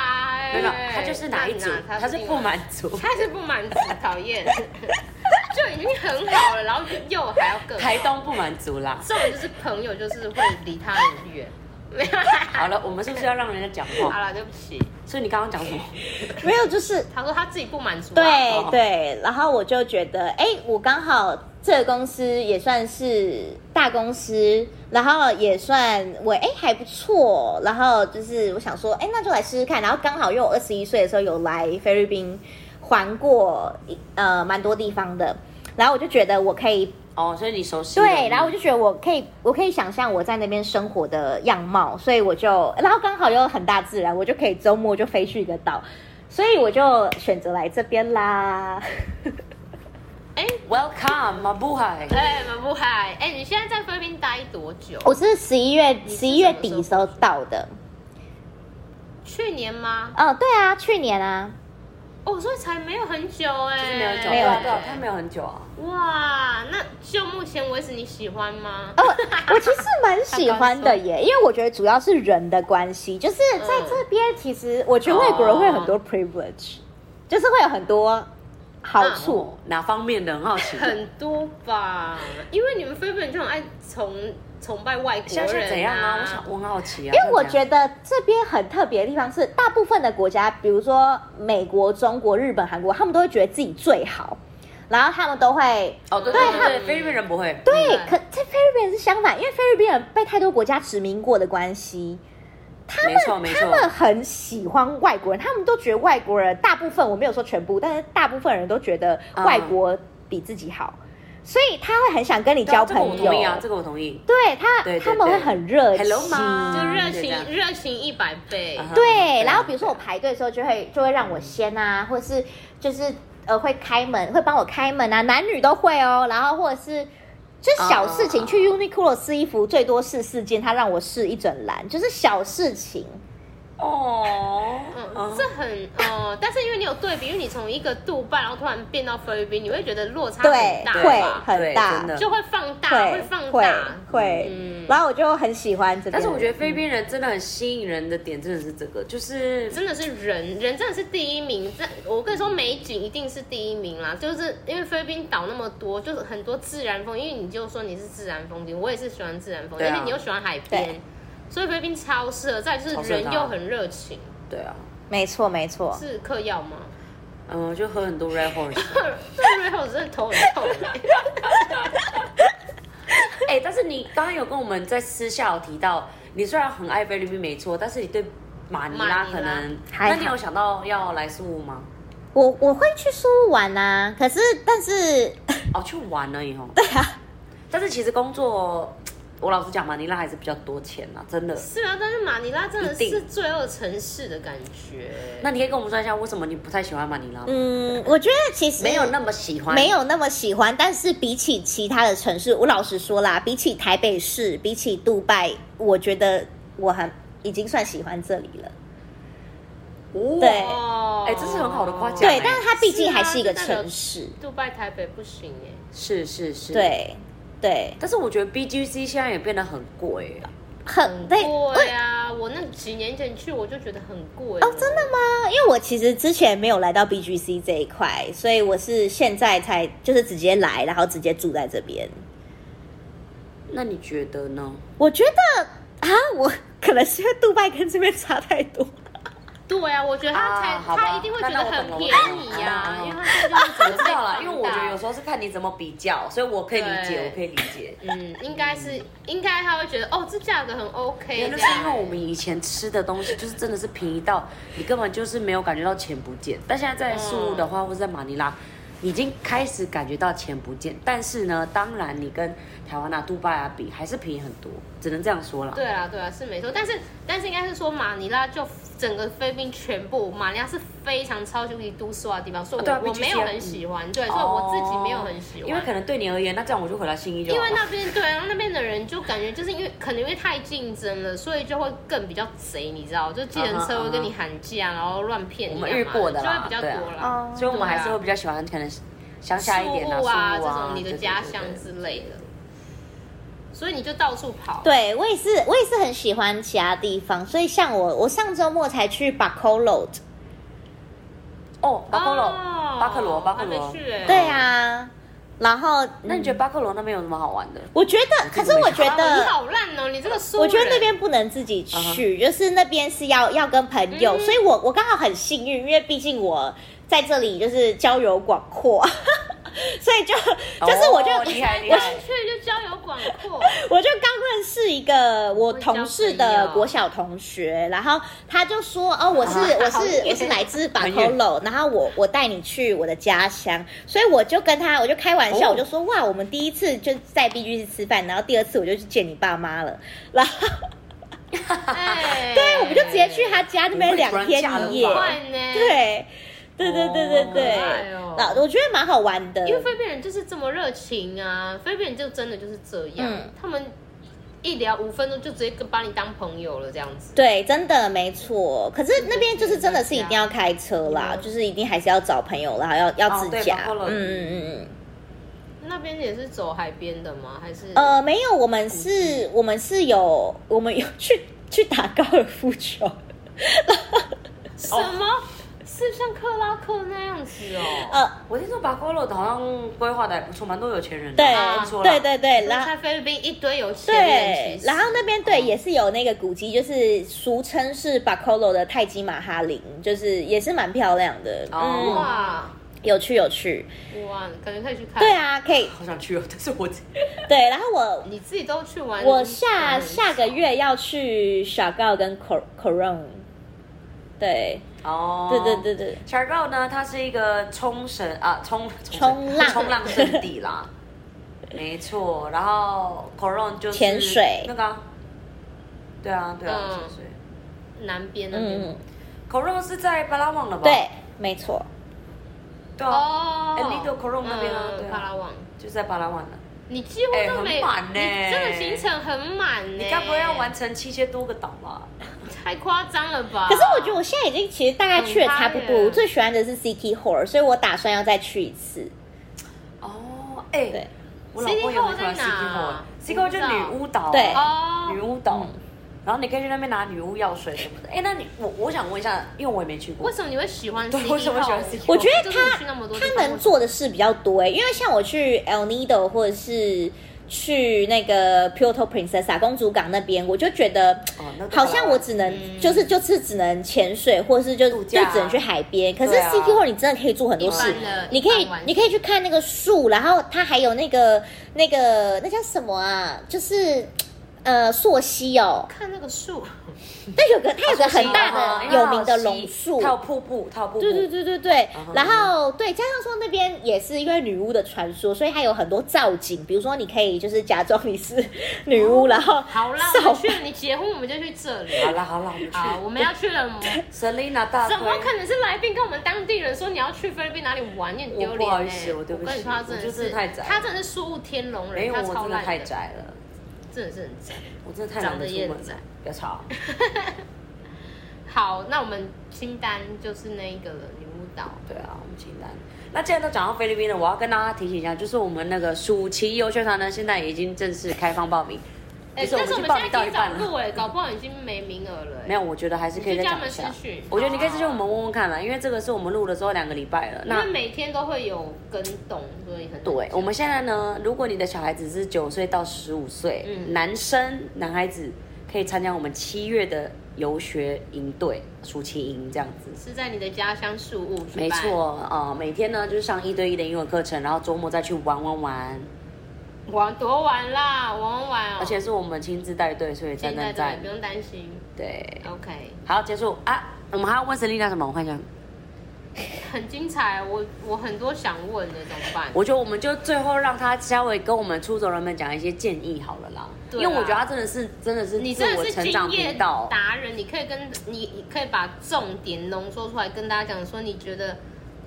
B: 哎、
A: 没有，没有他就是哪一组
B: 那，
A: 他是
B: 另外
A: 不，满足，
B: 他是不满足，讨厌， 就已经很好了，然后又还要更好
A: 台，东不满足啦。
B: 这种就是朋友就是会离他很远。没有
A: 好了，我们是不是要让人家讲
B: 好
A: 话？
B: 了，对不起，
A: 所以你刚刚讲 什么？
C: 没有 就是
B: 他说他自己不满足、啊，
C: 对
A: 哦
C: 对，然后我就觉得，哎，我刚好这个公司也算是大公司，然后也算我哎还不错，然后就是我想说，哎，那就来试试看。然后刚好因为我二十一岁的时候有来菲律宾环过一呃蛮多地方的，然后我就觉得我可以
A: 哦，所以你熟悉了
C: 对，然后我就觉得我可以，我可以想象我在那边生活的样貌，所以我就， 然后刚好又很大自然，我就可以周末就飞去一个岛，所以我就选择来这边啦。
A: Welcome my boy，
B: 哎，蛮不嗨，哎，你现在在菲律宾待多久？
C: 我是十一月
B: 你是
C: 十一月底的时候到的，
B: 去年吗？
C: 哦，对啊，去年啊，
B: 哦，所以才没有很久哎、
A: 就是没有很久，
C: 没有很久
A: 对啊他没有很久啊。
B: 哇，那就目前为止你喜欢吗？
C: 哦，我我其实蛮喜欢的耶， 因为我觉得主要是人的关系，就是在
B: 嗯
C: 这边，其实我觉得外国人会有很多 privilege，、就是会有很多好处。
A: 哦，哪方面的很好奇？
B: 很多吧，因为你们菲律宾人就很爱崇崇拜外国
A: 现在是
B: 人
A: 怎样啊？
B: 啊
A: 我想我很好奇啊。
C: 因为我
A: 得
C: 觉得这边很特别的地方是，大部分的国家，比如说美国、中国、日本、韩国，他们都会觉得自己最好，然后他们都会
A: 哦，对
B: 对
A: 对
B: 他
A: 对，菲律宾人不会。
C: 对
B: 嗯。
C: 可在菲律宾人是相反，因为菲律宾人被太多国家殖民过的关系，
A: 没错没
C: 他
A: 错，
C: 们很喜欢外国人，他们都觉得外国人大部分，我没有说全部，但是大部分人都觉得外国比自己好，所以他会很想跟你
A: 对啊
C: 交
A: 这个我
C: 朋友。
A: 同意啊，这个我同意。
C: 对他
A: 对对
C: 他们会
A: 对
C: 很热情。
A: Hello 吗
B: 就热
A: 嗯对这样
B: 情热情一百倍。
A: 啊哈
C: 对，然后比如说我排队的时候，就会就会让我先啊，或是就是呃会开门，会帮我开门啊，男女都会哦。然后或者是就小事情，
A: 哦
C: 去 Uniqlo 试衣服最多试四件，他让我试一整篮，就是小事情。
A: 哦，
B: 嗯，这很哦、但是因为你有对比，因为你从一个杜拜，然后突然变到菲律宾，你会觉得落差
C: 对
B: 很大
C: 会
B: 吧，
A: 对
C: 很大
A: 真的
B: 就会放大，
C: 会
B: 会放
C: 会
B: 大。
C: 会、
B: 嗯
C: 然后我就很喜欢这边，
A: 但是我觉得菲律宾人真的很吸引人的点，真的是这个，就是
B: 真的是人，人真的是第一名。这我跟你说，美景一定是第一名啦。就是因为菲律宾岛那么多，就是很多自然风。因为你就说你是自然风景，我也是喜欢自然风景，
A: 对啊
B: 而且你又喜欢海边
C: 对，
B: 所以菲律宾超适合。再来就
A: 超
B: 是
A: 适合
B: 人又很热情，
A: 对啊，
C: 没错没错，
B: 是嗑药吗？
A: 嗯，就喝很多 Red Horse。
B: 这瑞后真的头很痛欸。
A: 哎、但是你刚刚有跟我们在私下有提到，你虽然很爱菲律宾没错，但是你对马尼
B: 马
A: 拉
B: 尼拉
A: 可能，
C: 还
A: 那
C: 好
A: 你有想到要来宿务吗？
C: 我我会去苏屋玩啊，可是但是
A: 哦，去玩而已哦。对啊，但是其实工作，我老实讲，马尼拉还是比较多钱啊，真的。
B: 是啊，但是马尼拉真的
A: 一定
B: 是罪恶城市的感觉。
A: 那你可以跟我们说一下，为什么你不太喜欢马尼拉吗？
C: 嗯，我觉得其实
A: 没有那么喜欢，
C: 没有那么喜欢，但是比起其他的城市，我老实说啦，比起台北市，比起杜拜，我觉得我还已经算喜欢这里了。
A: 哦
C: 对
B: 哦
A: 哎这是很好的夸奖
C: 对
A: 欸，
C: 但是它毕竟还是一个
B: 是啊
C: 城市，
B: 杜拜、台北不行哎，
A: 是是是，。
C: 对对，
A: 但是我觉得 BGC 现在也变得很贵啊，
C: 很对
B: 贵啊！我那几年前去，我就觉得很贵
C: 哦，真的吗？因为我其实之前没有来到 BGC 这一块，所以我是现在才就是直接来，然后直接住在这边。
A: 那你觉得呢？
C: 我觉得啊，我可能是因为杜拜跟这边差太多。
B: 对啊，我觉得他才、
A: 啊好吧
B: 他一定会觉得
A: 那那
B: 很
A: 我懂了
B: 便宜呀、
A: 我懂了
B: 因为他就
A: 我
B: 是整个
A: 知
B: 被
A: 道了，
B: 放
A: 因为我觉得
B: 大
A: 有时候是看你怎么比较，所以我可以理解，
B: 对
A: 我可以理解。
B: 嗯，应该是应该他会觉得哦，这价格很 OK
A: 那
B: 这
A: 是因为
B: 样。
A: 我们以前吃的东西就是真的是便宜到你根本就是没有感觉到钱不见，但现在在宿务的
B: 嗯
A: 话，或者在马尼拉，你已经开始感觉到钱不见。但是呢，当然你跟台湾啊、杜拜啊比，还是便宜很多，只能这样说啦。
B: 对啊，对啊，是没错，但是但是应该是说马尼拉就整个菲律宾全部，马尼拉是非常超级无敌都市化的地方，
A: 啊
B: 所以我、
A: 对啊
B: 我
A: 毕竟
B: 没
A: 是
B: 有
A: 要
B: 很
A: 嗯
B: 喜欢，对，
A: 哦，
B: 所以我自己没有很喜欢，
A: 因为可能啊对你而言，那这样我就回来信义就好
B: 因
A: 了。
B: 为那边对，啊然后那边的人就感觉就是因为可能因为太竞争了，所以就会更比较贼，你知道，就计程车会跟你喊价，然后乱骗你
A: 我们
B: 干嘛
A: 遇过的
B: 就
A: 啦
B: 会比较
A: 对啊
B: 多啦。
C: 哦，
A: 所以我们还是
B: 对啊
A: 会比较喜欢可能乡
B: 树
A: 下一点啊、
B: 屋啊，
A: 宿
B: 这
A: 务
B: 种你
A: 对
B: 的
A: 对
B: 家
A: 对
B: 乡
A: 对
B: 之类
A: 啊
B: 的，所以你就到处跑。
C: 对我也是，我也是很喜欢其他地方，所以像我，我上周末才去 b a c o l o
A: 哦，巴克罗
B: 哦，
A: 巴克罗，巴克
B: 还
A: 罗
B: 没。去欸
C: 对啊，然后
A: 那你觉得巴克罗那边有什么好玩的？
C: 我觉得，可是我觉
B: 啊你
C: 得。
B: 好烂哦，你这个书人，
C: 我觉得那边不能自己去，就是那边是要要跟朋友，
B: 嗯
C: 所以我我刚好很幸运，因为毕竟我在这里就是交友广阔， 所以就就是我就、
A: 哦厉害厉
B: 我
A: 害
B: 去就交友广 阔，
C: 我就刚认识一个我同事的
B: 会交朋友
C: 国小同学，然后他就说：“哦，我是、
A: 啊
C: 我
B: 好
C: 是
B: 远
C: 我是来自
A: 很
C: Bacolo，然后我我带你去我的家乡。”所以我就跟他，我就开玩笑，
A: 哦
C: 我就说：“哇，我们第一次就在 B G 去吃饭，然后第二次我就去见你爸妈了。”然后
B: 哎，
C: 对，我们就直接去他家那
A: 不
C: 边
A: 会突
C: 两
A: 然
C: 天
A: 嫁了
C: 一夜
A: 吧，
B: 快呢，。
C: 对。对对对对
A: 哦
C: 对
B: 好可爱哦，
C: 那、我觉得蛮好玩的，
B: 因为菲律宾人就是这么热情啊，菲律宾人就真的就是这样，
C: 嗯
B: 他们一聊五分钟就直接跟把你当朋友了这样子。
C: 对，真的没错。可是那边就是真的是一定要开车啦，
B: 嗯
C: 就是一定还是要找朋友啦，要要自
A: 哦对
C: 驾。
A: 包括了
C: 嗯嗯嗯
B: 那边也是走海边的吗？还是
C: 嗯。呃，没有，我们是，我们是有，我们有 去去打高尔夫球。
B: 什么？是像克拉克那样子哦？
C: 哦呃，
A: 我听说巴克罗好像规划的还不错，蛮多有钱人的。
C: 对、
A: 听说啊啦
C: 对。对对，
B: 然
C: 然
B: 后
C: 后
B: 在菲律宾一堆有钱人，
C: 对
B: 其，实
C: 然后那边对
B: 哦
C: 也是有那个古迹，就是俗称是 Bacolo 的泰姬玛哈林，就是也是蛮漂亮的。
A: 哦
C: 嗯，
B: 哇
C: 有趣有趣。
B: 哇，感觉可以去看。
C: 对，啊，可以
A: 好想去哦，但是我
C: 对，然后我
B: 你自己都去玩，
C: 我下
B: 嗯
C: 下个月要去小告跟 Cor Coron，对、
A: 哦，
C: 对对对对，
A: c h a r g o 呢，它是一个冲绳啊冲绳
C: 冲浪
A: 冲浪圣地 啦，没错。然后 Coron 就是
C: 潜水
A: 那个啊，对啊对啊
B: 嗯
A: 潜水。
B: 南边那边
C: 嗯
B: 吗。，
A: Coron 是在巴拉望了吧？
C: 对，没错，
A: 对啊，
B: 哦
A: Elito Coron 那边啊
B: 嗯
A: 对啊
B: 帕拉望。
A: 就在巴拉望了。
B: 你几乎
A: 哎
B: 都
A: 很
B: 没，
A: 满呢
B: 你真的行程很满呢。
A: 你该不会要完成七千多个岛吧？
B: 太夸张了吧？
C: 可是我觉得我现在已经其实大概去的差不
B: 啊很嗨啊
C: 多，
B: 耶
C: 我最喜欢的是 City Hall，所以我打算要再去一次。
A: 哦，哎、
C: 对
A: 我老公
B: City
A: 也
B: Hall
A: 很喜欢 City
B: 在哪
A: Hall，City Hall 就女巫岛啊，
C: 对
B: 哦
A: 女巫岛
C: 嗯。
A: 然后你可以去那边拿女巫药水什么的。哎，那你我我想问一下，因为我也没去过
B: 为，什么你会喜欢 CD
A: 对，为什么喜欢 City？
B: 号
A: Hall？
C: 我觉得
B: 就是你去那么多地
C: 他
B: 方
C: 能做的事比较多哎、因为像我去 El Nido 或者是去那个 Puerto Princesa 公主港那边，我就觉得。
A: 哦那个
C: 好像我只能、
B: 嗯
C: 就是就是只能潜水，或是就
A: 度
C: 就
A: 假啊
C: 只能去海边。可是
A: 对啊
C: City Hall 你真的可以做很多事
B: 一般的，
C: 你可
B: 一
C: 以
B: 般玩
C: 你可以去看那个树，然后它还有那个那个那叫什么啊？就是呃溯溪哦，
B: 看那个 树，
C: 但有个它有个很大
A: 啊
C: 的有名的榕树，
A: 它有瀑布，它有瀑布，
C: 对对对对对
A: 嗯，哼
C: 然后对，加上说那边也是因为女巫的传说，所以它有很多造景，比如说你可以就是假装你是女
A: 哦
C: 巫，然后
B: 好啦，我
C: 扫
B: 们去了，你结婚我们就去 这里。
A: 好啦好啦，我们去。
B: 好，我们要去了。
A: Selina 大
B: 怎么
A: 推，
B: 可能是来宾跟我们当地人说你要去菲律宾哪里玩？你很丢脸、
A: 我不
B: 欸、
A: 好意思我对不起
B: 跟你说，他真的
A: 我就真的太宅
B: 他真的是树物天龙
A: 没
B: 人，
A: 有，
B: 他
A: 我
B: 超
A: 真的
B: 烂
A: 太，宅了，
B: 真的是很宅。
A: 我真的太懒
B: 长得
A: 得
B: 也
A: 出门
B: 很宅
A: 了，不要吵。
B: 好，那我们清单就是那一个了，女巫岛。
A: 对啊，我们清单。那既然都讲到菲律宾了，我要跟大家提醒一下，就是我们那个暑期游学团呢，现在已经正式开放报名。
B: 哎、
A: 就是我
B: 但
A: 们
B: 是我
A: 去
B: 们
A: 报
B: 现
A: 名
B: 在
A: 到
B: 提
A: 一
B: 早
A: 半了。
B: 入哎，搞不好已经没名额了、哎
A: 没有，我觉得还是可以再讲一下
B: 你就叫他们私讯。哦
A: 我觉得你可以私讯我们问问看啦，因为这个是我们录了之后两个礼拜了。
B: 因
A: 那
B: 为每天都会有跟动，所以很
A: 对，我们现在呢，如果你的小孩子是九岁到十五岁，
B: 嗯
A: 男生男孩子可以参加我们七月的游学营队、暑期营这样子。
B: 是在你的家乡树屋举
A: 没
B: 办
A: 错，呃，每天呢就是上一对一的英文课程，然后周末再去玩玩玩，
B: 哦玩多玩啦，玩玩哦。
A: 而且是我们亲自带队，所以赞
B: 现在
A: 赞
B: 对，
A: 赞
B: 不，用担心。
A: 对，
B: OK，
A: 好，结束啊！我们还要问 Selina 什么？我看一下，
B: 很精彩，我我很多想问的，怎么办？
A: 我觉得我们就最后让她稍微跟我们出走人们讲一些建议好了啦，
B: 对啊
A: 因为我觉得她真的是真的是
B: 你
A: 自
B: 真
A: 我
B: 的是
A: 成
B: 经
A: 长
B: 验
A: 频道，
B: 达人，你可以跟你你可以把重点浓缩出来，跟大家讲说，你觉得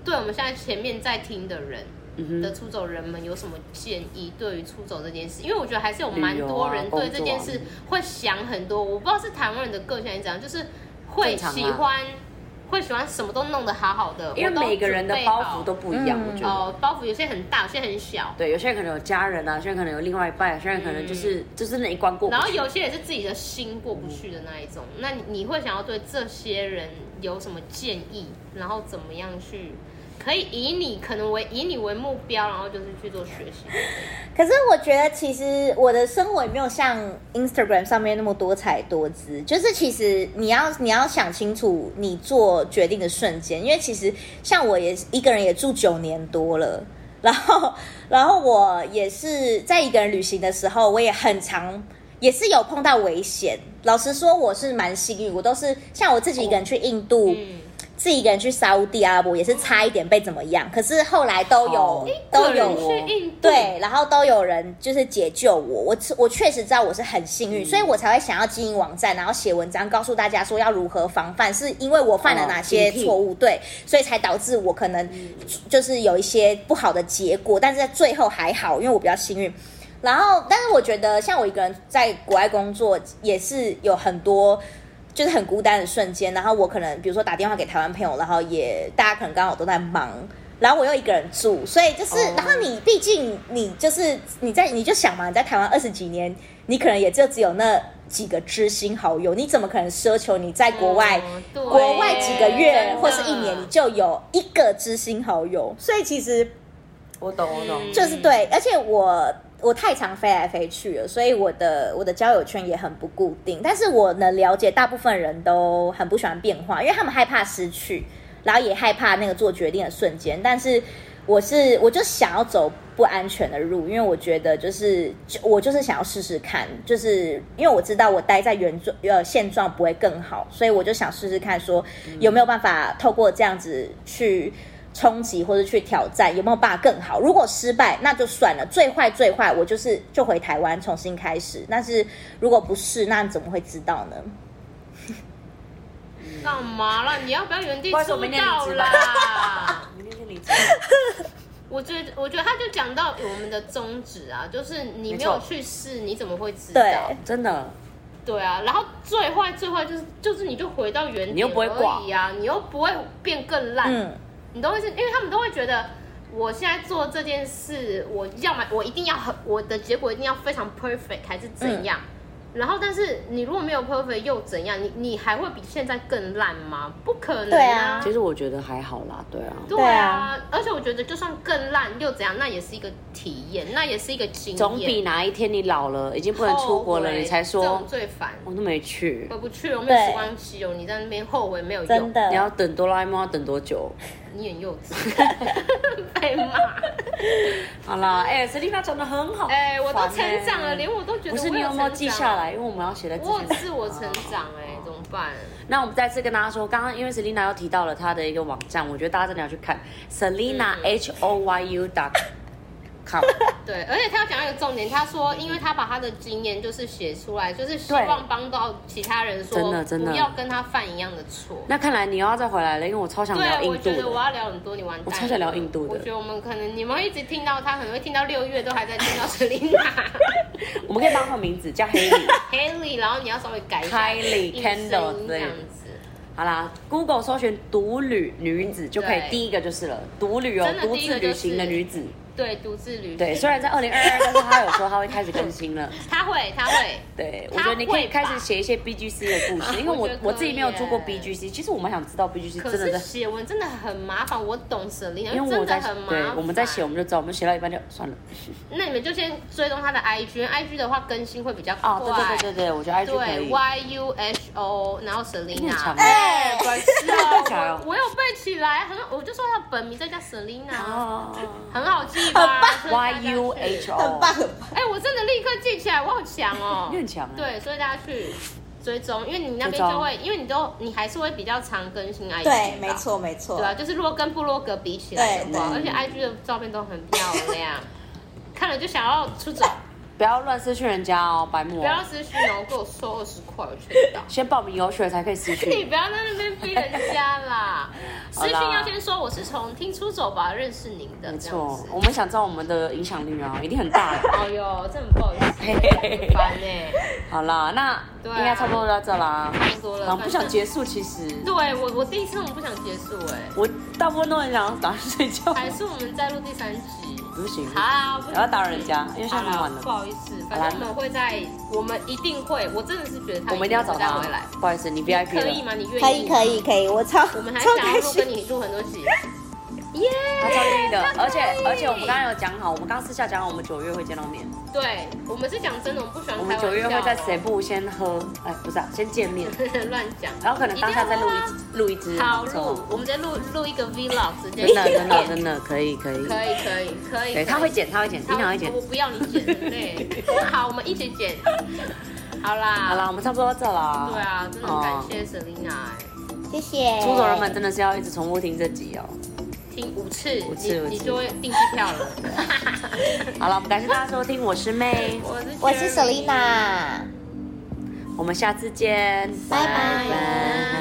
B: 对我们现在前面在听的人
A: 嗯
B: 的
A: 哼，
B: 出走人们有什么建议？对于出走这件事，因为我觉得还是有蛮
A: 旅游啊
B: 多人对
A: 工作啊
B: 这件事会想很多。我不知道是台湾人的个性还是怎样，就是会
A: 正常啊
B: 喜欢、会喜欢什么都弄得好好的，
A: 因为
B: 我都
A: 每个人的
B: 准备
A: 包
B: 好
A: 袱都不一样，
C: 嗯
A: 我觉得。
B: 哦，包袱有些很大，有些很小，
A: 对，有些人可能有家人啊，有些人可能有另外一半，有些人可能就是、就是那一关过不去。
B: 嗯然后有些也是自己的心过不去的那一种。那你你会想要对这些人有什么建议？然后怎么样去可以以你可能为以你为目标，然后就是去做学习？
C: 可是我觉得，其实我的生活也没有像 Instagram 上面那么多彩多姿。就是其实你要你要想清楚你做决定的瞬间，因为其实像我也一个人也住九年多了，然后 然后我也是在一个人旅行的时候，我也很常也是有碰到危险。老实说，我是蛮幸运，我都是像我自己一个人去印度，
B: 嗯，
C: 自己一个人去沙烏地阿拉伯，也是差一点被怎么样，可是后来都有
A: 好
C: 都
B: 哦个
C: 有
A: 哦
B: 人去印度，
C: 对，
A: 嗯
C: 然后都有人就是解救我，我我确实知道我是很幸
A: 嗯
C: 运，所以我才会想要经营网站，然后写文章告诉大家说要如何防范，是因为我犯了哪
A: 哦
C: 些
A: 警惕嗯
C: 错误，对，所以才导致我可能就是有一些不好的结果，但是在最后还好，因为我比较幸运。然后，但是我觉得像我一个人在国外工作，也是有很多就是很孤单的瞬间。然后我可能比如说打电话给台湾朋友，然后也大家可能刚好都在忙，然后我又一个人住，所以就是，
A: 哦
C: 然后你毕竟你就是你在你就想嘛，你在台湾二十几年，你可能也就只有那几个知心好友，你怎么可能奢求你在国外、
B: 嗯对
C: 国外几个月
B: 真的
C: 或是一年你就有一个知心好友？所以其实
A: 我懂我懂，
B: 嗯
C: 就是对，而且我我太常飞来飞去了，所以我的我的交友圈也很不固定。但是我能了解，大部分人都很不喜欢变化，因为他们害怕失去，然后也害怕那个做决定的瞬间。但是我是我就想要走不安全的路，因为我觉得就是就我就是想要试试看，就是因为我知道我待在原状呃现状不会更好，所以我就想试试看说有没有办法透过这样子去。冲击或者去挑战，有没有办法更好？如果失败，那就算了。最坏最坏，我就是就回台湾重新开始。但是如果不是，那你怎么会知道呢？
B: 干嘛啦？你要不要原地
A: 不好意思
B: 出
A: 我明天离
B: 道
A: 职吧
B: 啦？
A: 明天就离职。
B: 我觉得，我觉得他就讲到我们的宗旨啊，就是你没有
A: 没错
B: 去试，你怎么会知道？
C: 对，
A: 真的，
B: 对啊，然后最坏最坏就是就是你就回到原点，
A: 你又不会挂
B: 而已啊，你又不会变更烂，
C: 嗯，
B: 你都会是，因为他们都会觉得我现在做这件事，我要么我一定要很我的结果一定要非常 perfect 还是怎样。
A: 嗯
B: 然后，但是你如果没有 perfect 又怎样？你你还会比现在更烂吗？不可能、
C: 对啊
A: 其实我觉得还好啦，对啊，
B: 对
C: 对
B: 啊
C: 啊，
B: 而且我觉得就算更烂又怎样，那也是一个体验，那也是一个经验。
A: 总比哪一天你老了，已经不能出国了，
B: 后悔
A: 你才
B: 这
A: 说
B: 种最烦，
A: 我都没去
B: 回。不去了，没有
C: 对
B: 时光机哦，你在那边后悔没有
C: 真
B: 用，
A: 你要
C: 的，
A: 等哆啦 A 梦要等多久？
B: 你很幼稚， 被骂。
A: 好啦，哎、s e l i n a 讲的很好，
B: 哎、我都
A: 烦欸
B: 成长了，连我都觉得
A: 不是
B: 我
A: 你有没有记
B: 成长
A: 下？来？因为我们要写在之
B: 我
A: 前
B: 有。自我成长哎、怎么办？
A: 那我们再次跟大家说，刚刚因为 Selina 又提到了她的一个网站，我觉得大家真的要去看
B: 嗯
A: Selina H O Y U dot com。
B: 对，而且他要讲到一个重点，他说，因为他把他的经验就是写出来，就是希
A: 对
B: 望帮到其他人说，
A: 真的真的
B: 不要跟他犯一样的错。
A: 那看来你又要再回来了，因为我超想聊
B: 对，啊我
A: 印度
B: 觉得我
A: 的。
B: 要聊很多，你完蛋了。
A: 我超想聊印度的
B: 我觉得我们可能你们会一直听到他，可能会听到六月都还在听到 Selina、
A: 我们可以帮她名字叫 Haley。
B: Haley，然后你要稍微改一下
A: Kylie
B: 音
A: Kendall
B: 声音
A: 之
B: 这
A: 类的
B: 样子。
A: 好啦，Google 搜寻独旅女子就可以
B: 对，
A: 第一个就是了，独旅哦
B: 真，的
A: 独
B: 第一个
A: 自
B: 就是
A: 旅行的女子。
B: 对，独自旅行。
A: 对，虽然在二零二二，但是他有说他会开始更新了。
B: 他会，他会。
A: 对，
B: 他
A: 我觉得你可以
B: 会吧
A: 开始写一些 BGC 的故事，因为
B: 我
A: 我
B: 觉得
A: 我自己没有做过
B: 可以耶
A: BGC，其实我蛮想知道 BGC
B: 可
A: 真的
B: 是
A: 在，
B: 写文真的很麻烦，我懂舍利，
A: 因为
B: 真
A: 我
B: 的
A: 在
B: 很麻
A: 对
B: 烦。
A: 我们在写，我们就知道，我们写到一半就算了。
B: 那你们就先追踪他的 IG，因为 IG 的话更新会比较 快。
A: 哦，对对对对对，我觉得 IG 可
B: 对
A: 以。
B: y U H O，然后
A: 你很
B: Selina，
A: 强
B: 哎，白痴
A: 很强
B: 哦
A: 哦，
B: 我我有背起来，很我就说他本名在叫 Selina，
A: 哦
B: 很好记吧所以大家
A: ，Y
B: 去
A: U H
C: 很
A: O，
C: 棒很棒。
B: 哎，我真的立刻记起来，我好强哦，
A: 你很强哎
B: 对，所以大家去追踪，因为你那边
A: 追踪
B: 就会，因为你都你还是会比较常更新 IG，
C: 对，
B: 吧
C: 没。错没错。
B: 对啊，就是如果跟部落格比起来的话，而
A: 对
B: 且
A: 对
B: IG 的照片都很漂亮， 看了就想要出走，
A: 不要乱私讯人家哦，白目
B: 不要
A: 哦。
B: 私讯哦，给我收二十块，我全 到。
A: 先报名有雪才可以私
B: 你
A: 讯。
B: 不要在那边逼人家啦，私
A: 好啦
B: 讯要先说我是从听出走吧认识您的，
A: 没
B: 这样
A: 错
B: 子，。
A: 我们想知道我们的影响力啊，一定很大 的。
B: 哎呦，这很不好意思，
A: 嘿嘿嘿
B: 很烦哎、
A: 好啦，那
B: 对啊
A: 应该差不多到这啦。
B: 差不多了
A: 啊，不想结束，其实
B: 对我，我第一次我不想结束哎、
A: 我大部分都很想打去睡觉，
B: 还是我们再录第三集。
A: 不行。
B: 好啊，不行
A: 不要打扰人家因为现在很
B: 好啦
A: 晚了
B: 不好意思，
A: 好
B: 反
A: 啦
B: 正我们会在，我们一定会，我真的是觉得他
A: 我们一定要
B: 会
A: 找
B: 再
A: 他
B: 回来，，
A: 不好意思，你 VIP
B: 可以
A: 了，
B: 吗？你愿意？
C: 可以可。以可以，我超
B: 嗯我们还
C: 超
B: 想要
C: 开
B: 录跟
C: 心。
B: 你录很多 集，耶！
A: 他超愿意的，而且
B: 他可以
A: 而且我们刚刚有讲好，我们刚刚私下讲好，我们九月会见到面，
B: 对，我们是讲真的，我们不喜欢
A: 我
B: 开
A: 们
B: 玩
A: 九月会
B: 笑
A: 在
B: 哦
A: 谁部先喝，哎，不是啊，先见面，
B: 乱讲，
A: 然后可能当下再录一支录一支，
B: 好
A: 这种
B: 录，我们再录录一个 vlog，直接
A: 真的真的真的可以可以，
B: 可以可以可以，
A: 对，他会剪他会剪，
B: 他
A: 经
B: 会，
A: 常会剪
B: 我。不要你剪，很累。 好，我们一起剪，好啦，
A: 好啦，，我哦们差不多到这啦。
B: 对啊，真的很感谢 Selina，哎
C: 谢谢。
A: 出走人们真的是要一直重复听这集哦。
B: 听五次，
A: 五次五次
B: 你你就会订机票了。
A: 好了，我们感谢大家收听，我是妹，
B: 我是
C: 我是
B: Jeremy
C: Selina。
A: 我们下次见，
C: 拜拜
B: 拜拜